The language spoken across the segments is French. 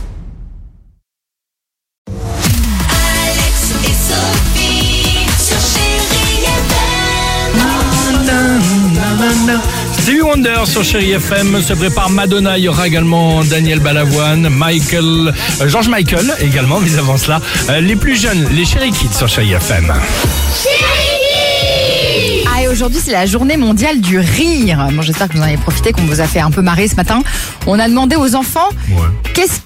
Alex et Sophie sur Chérie FM. Stevie Wonder sur Chéri FM se prépare Madonna. Il y aura également Daniel Balavoine, Michael, euh, George Michael également, mais avant cela, euh, les plus jeunes, les Chéri Kids sur Chéri FM. Ah et aujourd'hui c'est la journée mondiale du rire. Bon j'espère que vous en avez profité, qu'on vous a fait un peu marrer ce matin. On a demandé aux enfants Ouais. qu'est-ce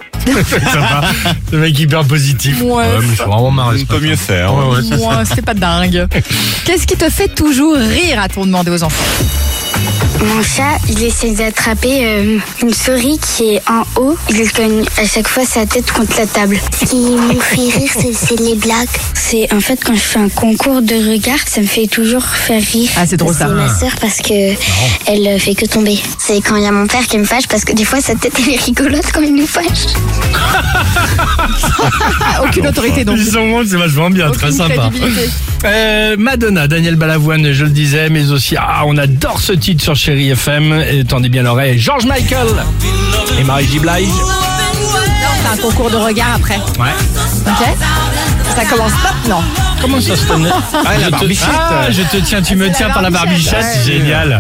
Le mec hyper positif. Ouais. Ouais, mais je vraiment marré. On peut mieux faire. Ah hein. Ouah, c'était pas dingue. Qu'est-ce qui te fait toujours rire a-t-on demandé aux enfants Mon chat, il essaie d'attraper euh, une souris qui est en haut. Il cogne à chaque fois sa tête contre la table. Ce qui me fait rire, c'est les blagues. C'est en fait quand je fais un concours de regard, ça me fait toujours faire rire. Ah, c'est drôle, ça. ma sœur parce que elle euh, fait que tomber. C'est quand il y a mon père qui me fâche parce que des fois sa tête elle est rigolote quand il nous fâche. Ah, Aucune autorité donc. Ils sont bons, c'est vachement bien, Aucune très sympa. crédibilité. Euh, Madonna, Daniel Balavoine, je le disais, mais aussi, ah, on adore ce titre sur Chéri FM. Et tendez bien l'oreille, George Michael et Marie-J. Blige. C'est un concours de regard après. Ouais. Ok Ça commence maintenant. Comment ça se connaît Ah, la barbichette. Ah, je te tiens, tu me tiens par la barbichette. Génial.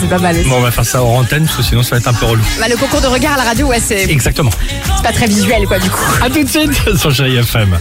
C'est pas mal aussi. Bon, on va faire ça hors antenne, parce que sinon ça va être un peu relou. Bah, le concours de regard à la radio ouais c'est Exactement. c'est pas très visuel quoi du coup. À tout de suite sur Chéri FM.